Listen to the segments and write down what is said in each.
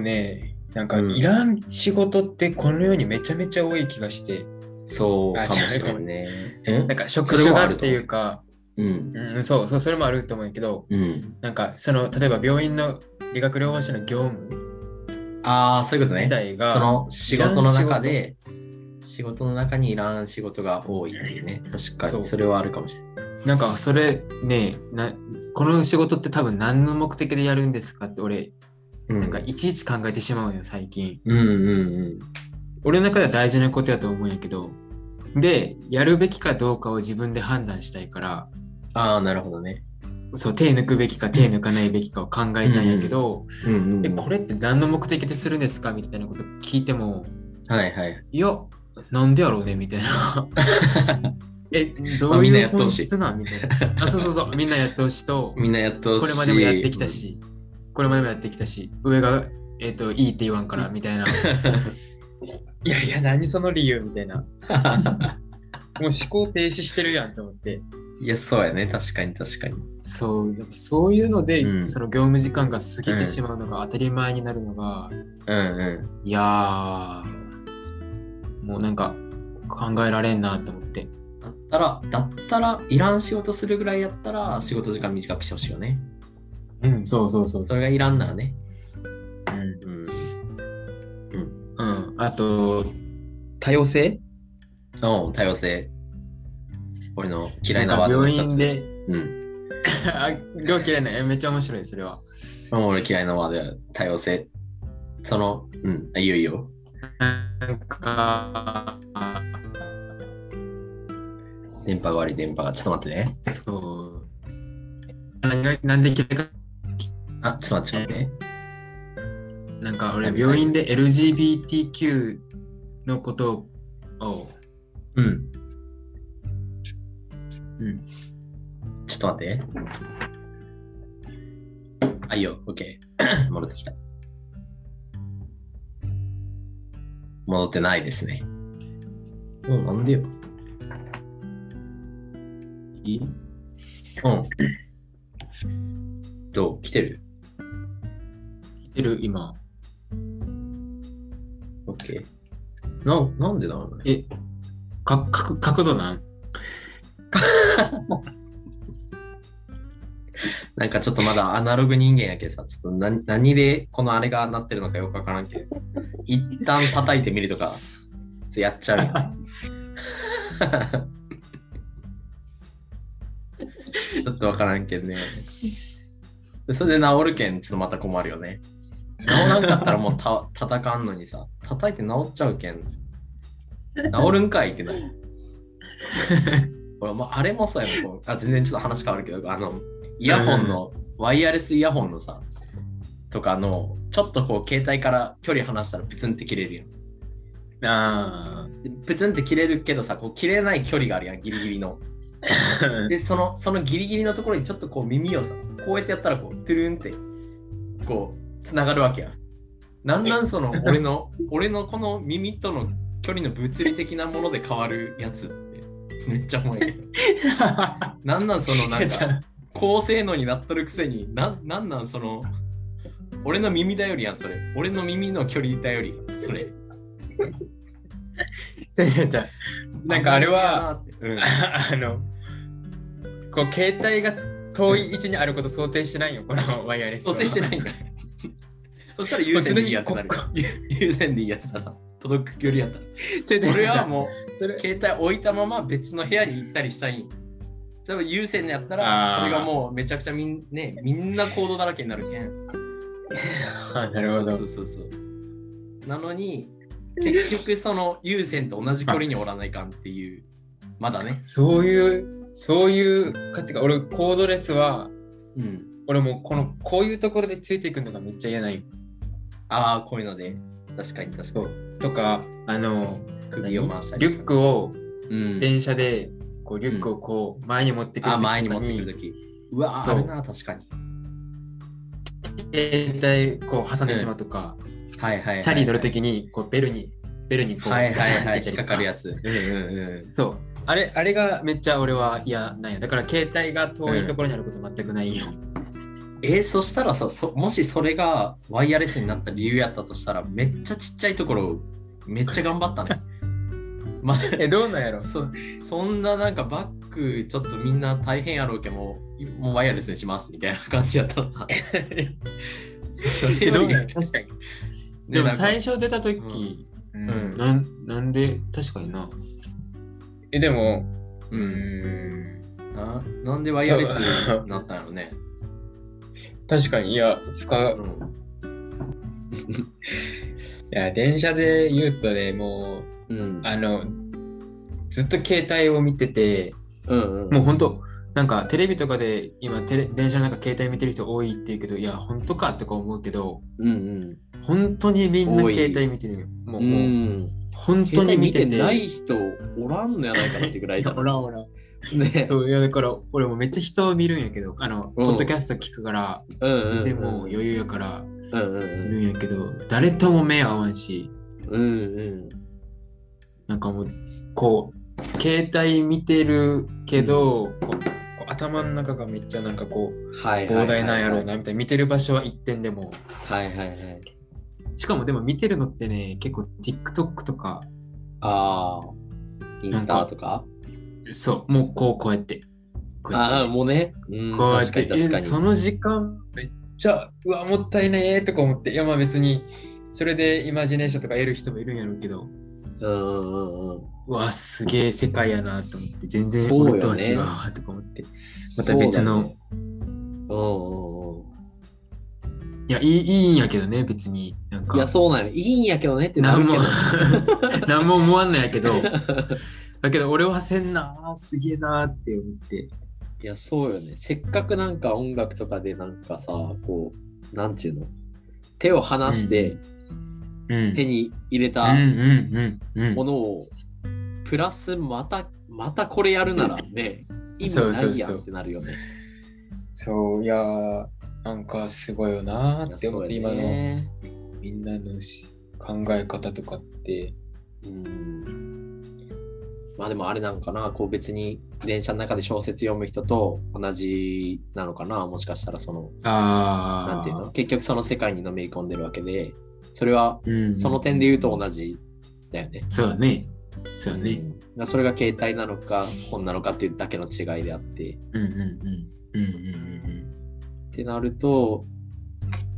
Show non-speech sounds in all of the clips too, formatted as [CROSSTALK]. ね、なんかうんいらん仕事ってこの世にめちゃめちゃ多い気がして、そうかあもしれないね。えなんか職そ種れはがあっるとていうか、うん。うん、そうそう、それもあると思うんやけど、うん。なんかその例えば病院の理学療法士の業務ああ、そういうこと自ね。体が、その仕事の中で、仕事の中にいらん仕事が多いっていうね。確かそうに、それはあるかもしれない。なんかそれねなこの仕事って多分何の目的でやるんですかって俺うんなんかいちいち考えてしまうよ最近うんうん俺の中では大事なことやと思うんやけどでやるべきかどうかを自分で判断したいからうん。ああ、なるほどね。そう手抜くべきか手抜かないべきかを考えたんやけど、うんうんうえんこれって何の目的でするんですかみたいなこと聞いてもはいはい。いやなんでやろうねみたい [LAUGHS] なえどうみんないうやってほ本しい質なんみたいなあそうそうそうみんなやってほしいとみんなやっとこれまでもやってきた。し、これまでもやってきたし、上が、えっといいって言わんからみたいな。い [LAUGHS] やいや、何その理由みたい [LAUGHS] な。もう思考停止してるやんと思って。いや、そうやね。確かに確かに。そう、やっぱそういうので、うんその業務時間が過ぎうてんしまうのが当たり前になるのが、うんうん。いやー、もうなんか考えられんなと思って。だったら、だったら、いらん仕事するぐらいやったら、仕事時間短くしてほしいよね。うん、そうそうそうそそうれがいらんならね。うんうん。うん、あと、多様性うん、多様性。俺の嫌いなワードの病一つ院。で、 [LAUGHS] うん。あ、量嫌いな。えめっちゃ面白い、それは。うん俺嫌いなワードや多様性。その、うん、あいいよいいよ。なんか、電波が悪い、電波が。ちょっと待ってね。そう。何がなんで嫌いか、あ、ちょっと待って、ちょっと待ってね。なんか俺、病院で LGBTQ のことを、うん。うん、ちょっと待って。あ、いいよ、オッケー。 [COUGHS] 戻ってきた。戻ってないですね。うん、なんでよ。いいうん。どう来てる聞いてる今。オッケー。な、なんでだろうね。え、か、か、角度なんなんかちょっとまだアナログ人間やけどさ、ちょっと何何でこのあれがなってるのかよくわからんけど、一旦叩いてみるとか、そうやっちゃうよ。ちょっとわからんけどね。それで治るけん、ちょっとまた困るよね。治らんかったらもうた叩かんのにさ、叩いて治っちゃうけん。治るんかいってなる。俺もうあれもそうやもん。あ、全然ちょっと話変わるけど、あの、イヤホンの、ワイヤレスイヤホンのさ、とかの、ちょっとこう、携帯から距離離したらプツンって切れるやん。あでプツンって切れるけどさ、こう切れない距離があるやん、ギリギリの。 [LAUGHS] で、その、そのギリギリのところにちょっとこう耳をさ、こうやってやったらこう、トゥルンって、こう、つながるわけやん。なんなんその、 [LAUGHS] 俺の、俺のこの耳との距離の物理的なもので変わるやつって、めっちゃ思える。 [LAUGHS] あ。なんなんその、なんか。か、高性能になっとるくせにななんなんその俺の耳だよりやんそれ俺の耳の距離だよりやんそれちゃちゃちゃ。なんかあれは、う [LAUGHS] んあの、こう、携帯が遠い位置にあること想定してないよ、このワイヤレスは。想定してないんだ [LAUGHS] そしたら優先でいいやつになるこ優優先でいいやつだな届く距 [LAUGHS] 離やったらちょちょちょ俺はもそれう携帯置いたまま別の部屋に行ったりしたいん多分優先でやったあーらそれがもうめちゃくちゃみん,、ね、みんな行動だらけになるけん [LAUGHS] あなるほそど。うそうそう。なのに、結局その優先と同じ距離におらないかんっていう、まだ [LAUGHS] ね。そういう、そういう価値が、俺、コードレスは、うん。俺もうこの、こういうところでついていくのがめっちゃ嫌ない。ああ、こういうので、確かに確かそうとか、あの、に。首を回したり。リュックを、うん。電車で、こう、リュックをこう、前に持ってくるあー時とか前に持ってくるとき。うわー、そうあるな、確かに。携帯、こう、挟んでしまうとか、はいはい、はい。チャリ乗るとき。きに、こう、ベルに、ベルにこう、はいはいガシャンはっ [LAUGHS] い。て引っかかるやつ。うんうんうん。そう。あれ、あれがめっちゃ俺は嫌なんや。だから携帯が遠いところにあること全くないよ。えーそしたらさそ、もしそれがワイヤレスになった理由やったとしたら、めっちゃちっちゃいところ、めっちゃ頑張ったね。 [LAUGHS] まあ、え、どうなんやろそそんななんかバッグちょっとみんな大変やろうけどもうもうワイヤレスにしますみたいな感じやった [LAUGHS] らさそれ [LAUGHS] え、よどりうなんやろ確かに。ねでもなんか最初出た時、うんうんなんなんで確かにな。え、でも、うーん、ななんでワイヤレスになったんやろね、 [LAUGHS] 確かに、いや、深う、んいや、電車で言うとね、もう、うんあの、ずっと携帯を見てて、うんもう本当なんかテレビとかで今テレ、電車の中携帯見てる人多いって言うけど、いや、本当かとか思うけど、うんうん本当にみんな多い携帯見てるよ。もう、うもうん本当本当にに見見ててて。ない人おらんのやないかなってぐらいいじゃや [LAUGHS] んおらんおらん。ねそういやだから俺もめっちゃ人を見るんやけどあの、ポッドキャスト聞くからうんうんうんでも余裕やからうんう見るんんやけど、誰とも目合わんしうんうんなんかもうこう携帯見てるけど、こうこう頭の中がめっちゃなんかこうはいはいはい膨大なんやろうなみたいな見てる場所は一点でもはいはいはいしかもでも見てるのってね結構 TikTok とかああインスタとかそうもうこうこうやってこうやってああもうね、うん、こうやっ確かてに確かえにその時間めっちゃうわもったいないえとか思っていやまあ別にそれでイマジネーションとか得る人もいるんやろうけどうんうんうんうんうわすげえ世界やなと思って全然そうよね俺とは違うわとか思って、また別のそういやいいいいんやけどね別になんだねうんうんうんいやかそうなのいいんやけどねってな何るけも [LAUGHS] ど何も思わんないやけどだけど俺はせんなあすげえなあって思っていやそうよねせっかくなんか音楽とかでなんかさこうなんちゅうの手を離してうん手に入れうたんうんうんうもんのをプラスまたまたこれやるならね意味そうなそうそういやんってなるよねそういやーなんかすごいよなあって思ってい今やそうよのねみんなのし考え方とかってうんまあでもあれなんかなこう別に電車の中で小説読む人と同じなのかなもしかしたらそのああなんていうの結局その世界にのめり込んでるわけでそれはうんその点で言うと同じだよね。そうねそうねうんそれが携帯なのか本なのかっていうだけの違いであって。っうんうんうんうんうんてなると、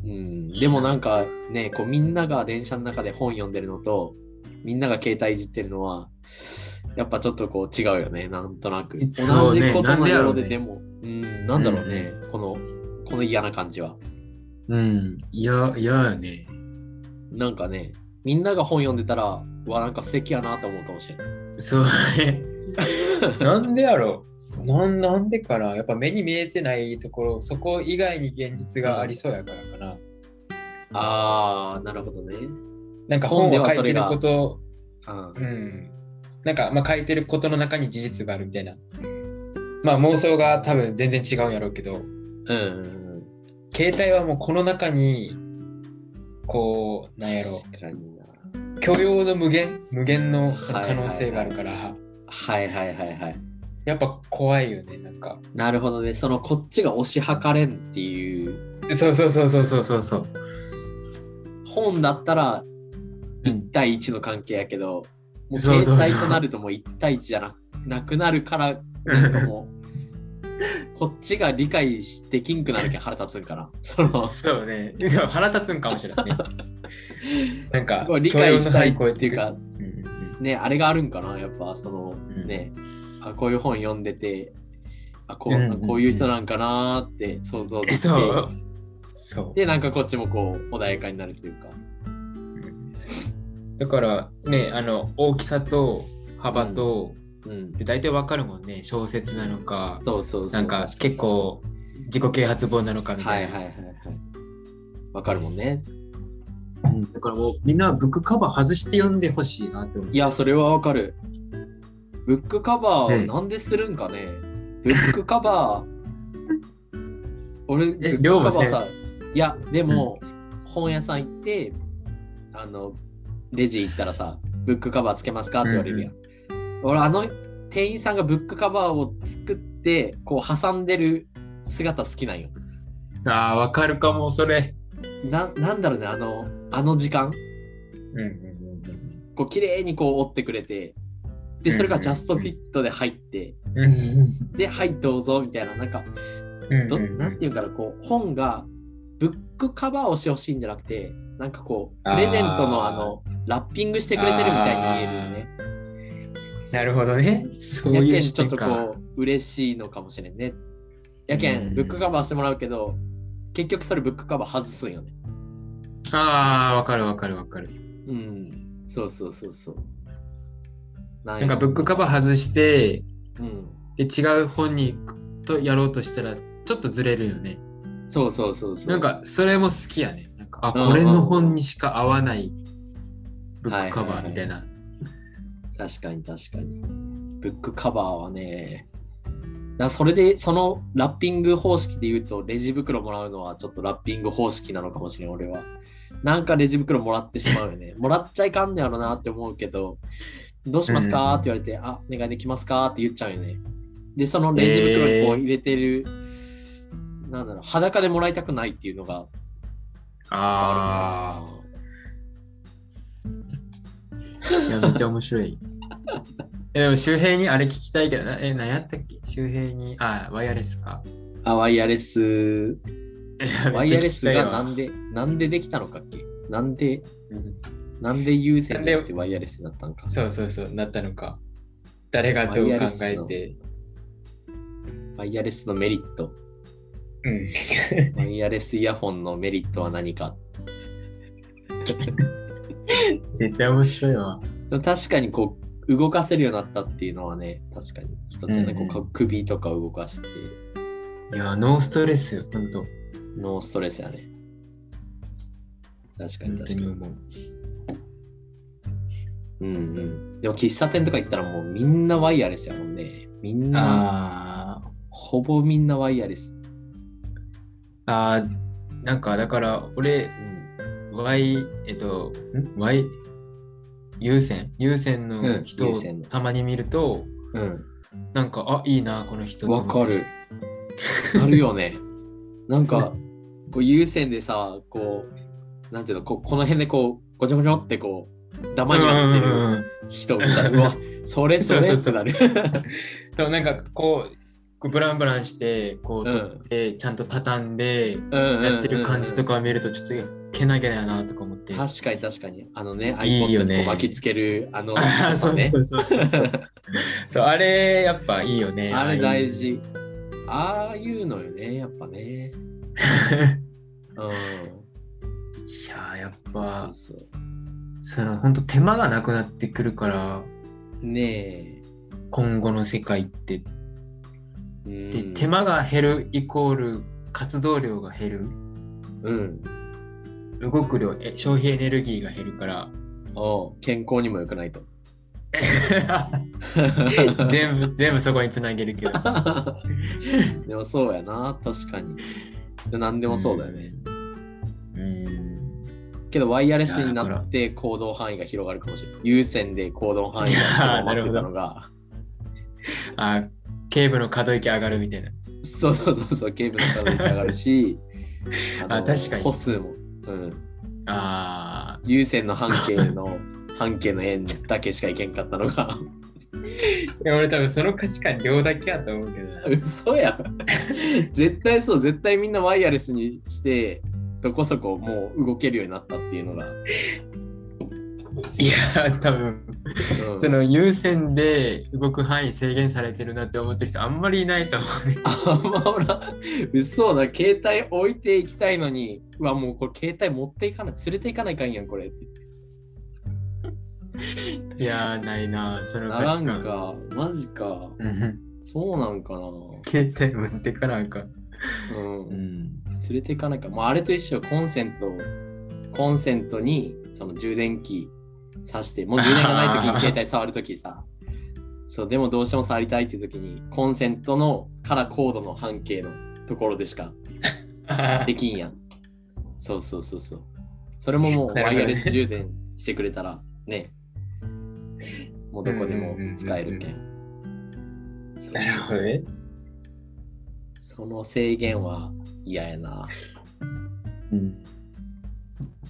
うん、でもなんかねこうみんなが電車の中で本読んでるのとみんなが携帯いじってるのはやっぱちょっとこう違うよねなんとなく。そ同うじねことなんのようででやろうねでも、うん、なんだろうね、このこの嫌な感じは。うんうんいやいやよねなんかねみんなが本読んでたらうわなんか素敵やなと思うかもしれない。そうね [LAUGHS] なんでやろうなんなんでかなやっぱ目に見えてないところそこ以外に現実がありそうやからかな、ああ、なるほどね。なんか本を書いて本でるはそれがことうんうんなんかまあ書いてることの中に事実があるみたいなまあ妄想が多分全然違うんやろうけどうん。携帯はもうこの中にこうなんやろ確かにな。許容の無限無限のその可能性があるから、はいはいはいはい。やっぱ怖いよねなんかなるほどね。そのこっちが推し量れんっていうそうそうそうそうそうそうそう本だったらうん1対1の関係やけど、もうそ携うそうそう帯となるともう1対1じゃななくなるから、なんかも [LAUGHS] う、こっちが理解できんくなるけん腹立つんかな。そのそうねそう腹立つんかもしれないね [LAUGHS] なんかこう理解したい許容の範囲超えっていうくか、うんうんね、あれがあるんかな、やっぱそのうんね、あこういう本読んでて、あこう,、うんうんうんこういう人なんかなーって想像でえきて、そうそうで、なんかこっちもこう穏やかになるというか。だからねあの大きさと幅と、うん、で大体わかるもんね小説なのかそうそうそう。なんか結構自己啓発本なのかみはたいいなはいはいはい。わかるもんね。うんだからもうみんなブックカバー外して読んでほしいなって思うい。や、それはわかる。ブックカバーねをなんでするんかね、ブックカバー、 [LAUGHS] 俺、ブック量もカバせんーさ、いや、でも、本屋さん行って、あの、レジ行ったらさ、ブックカバーつけますかって言われるやん。俺、あの、店員さんがブックカバーを作って、こう、挟んでる姿好きなんよ。ああ、わかるかも、それ。ななんだろうねあのあの時間うんうんこう綺麗にこう折ってくれてでそれがジャストフィットで入ってうんうん。ではいどうぞみたいななんかうんどなんていうからこう本がブックカバーをしてほしいんじゃなくてなんかこうプレゼントのああーのラッピングしてくれてるみたいに見えるよね。なるほどね。そうやいけうんちょっ人とか。こう嬉しいのかもしれんね。やけうんんブックカバーしてもらうけど結局それブックカバー外すんよね。ああ、わかるわかるわかる。うん。そうそうそうそう。ななんかブックカバー外して、ー、うん、で違う本にとやろうとしたらちょっとずれるよね。そうそうそうそう。なんかそれも好きやね。なんかあうんうんこれの本にしか合わないブックカバーみたいな。確かに確かに。ブックカバーはね、だそれでそのラッピング方式で言うとレジ袋もらうのはちょっとラッピング方式なのかもしれん俺は。なんかレジ袋もらってしまう [LAUGHS] よね。もらっちゃいかんのやろなって思うけど、どうしますかって言われて、あ、お願いできますかって言っちゃうよね。で、そのレジ袋にこう入れてる、なんだろう、裸でもらいたくないっていうのがあああー、いやめっちゃ面白い。えでも周平にあれ聞きたいけどな。え、何やったっけ周平に、あ、ワイヤレスか。 [LAUGHS] るなあ、ワイヤレスワイヤレスがなでんで、なんでできたのかっけなんで、なんで優先になってワイヤレスになったのか。そうそうそう、なったのか。誰がどう考えて。ワイヤレスのメリット。うん。ワイヤレスイヤホンのメリットは何か。絶対面白いわ。確かにこう、動かせるようになったっていうのはね、確かに一つね、うんうんこう首とか動かして、いや、ノーストレスよ、ほんと。ノーストレスやね。確かに本当確かにに。思う。うんうん。でも喫茶店とか行ったらもうみんなワイヤレスやもんね。みんな、あーほぼみんなワイヤレス。あー、なんかだから、俺、うん。 Y、えっと、ん Y、優先、優先うのん人を優先のたまに見ると、うん。なんか、あ、いいな、この人。。わかる。なるよ [LAUGHS] ね。なんか、こう優先でさ、こう、なんていうの、ここの辺でこう、ごちょごちょってこう、ダマになってるる。人みたいな。うわ、それそれそうそってうそなる。 [LAUGHS] そうなんか、こう、こうブランブランして、こう、うん取って、ちゃんと畳んで、ややってる感じと。かを見ると、ちょっと、けなげだな、とか思って。確かに確かに。あのね、アいイコいよンねで巻きつける、あの、あー [LAUGHS] とそかうねそうそうそうそう。そうあれやっぱいいよね。 [LAUGHS] あれああい大う事。ああいうのよね、やっぱね。うん。いやーやっそぱうそうその本当手間がなくなってくるからね今後の世界ってえ。で、うん手。間が減るイコール活動量が減うん。る動く量え消費エネルギーが減るからおう健康にも良くないと。 [LAUGHS] 全部全部そこにつなげるけど [LAUGHS] でもそうやな、確かに。何でもそうだよね。うんけどワイヤレスになって行動範囲が広がるかもしれない。有線で行動範囲あがーな広がるっほてどたのが、あケーブルの可動域上がるみたいなそうそうそうそう、ゲームの可能性が上がるし、の [LAUGHS] あ確かに歩数も、うん、あ有線の半径の [LAUGHS] 半径の円だけしかいけんかったのが、 [LAUGHS] ーいや俺多分その価値観量だけやと思うけどな嘘やん。絶対そう、絶対みんなワイヤレスにして、どこそこもう動けるようになったっていうのが。いや多分うんその優先で動く範囲制限されてるなって思ってる人あんまりいないと思うね。あんまほら、嘘だ、携帯置いていきたいのに、うわ、もうこれ携帯持っていかない、連れていかないかんやん、これって。いやーないなそのな価ら値ん観。か、マジか。うんそうなんかな。携帯持ってかなんかん。うん、連ん。 [LAUGHS] れていかないか。もうあれと一緒よ、コンセント、コンセントにその充電器挿して、もう充電がない [LAUGHS] 時に携帯触る時さ。そう、でもどうしても触りたいっていう時に、コンセントのからコードの半径のところでしかできんやん。そうそうそうそう。それも [LAUGHS] もうなるワほどねイヤレス充電してくれたらね、もうどこでも使えるけん。そうなるほどね。その制限は嫌やな。うん。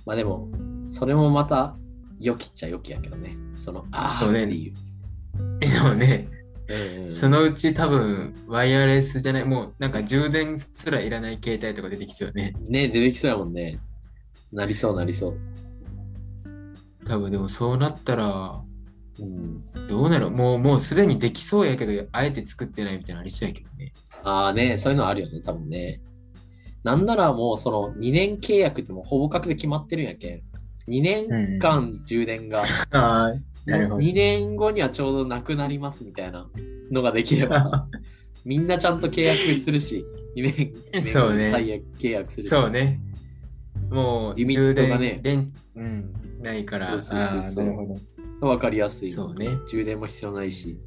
まあでも、それもまた、良きっちゃ良きやけどね。その、ああ、そうっねていう。でもね、うんうんそのうち多分、ワイヤレスじゃない、もうなんか充電すらいらない携帯とか出てきそうよね。ね、出てきそうやもんね。なりそうなりそう。多分でもそうなったら、うん、どうなのもう、もうすでにできそうやけど、あえて作ってないみたいなのありそうやけどね。ああね、そういうのあるよね、多分ね。なんならもうその2年契約ってもうほぼ確で決まってるんやけん。2年間充電が、ああ、 [LAUGHS] なるほど2年後にはちょうどなくなりますみたいなのができれ [LAUGHS] ばさ、みんなちゃんと契約するし、2年二年そうね最悪契約するし。そうね。もう、リミ充ット電ががねね、うん、ないから、そうそうそうそあーなうるほど。わかりやすい。そうね。充電も必要ないし。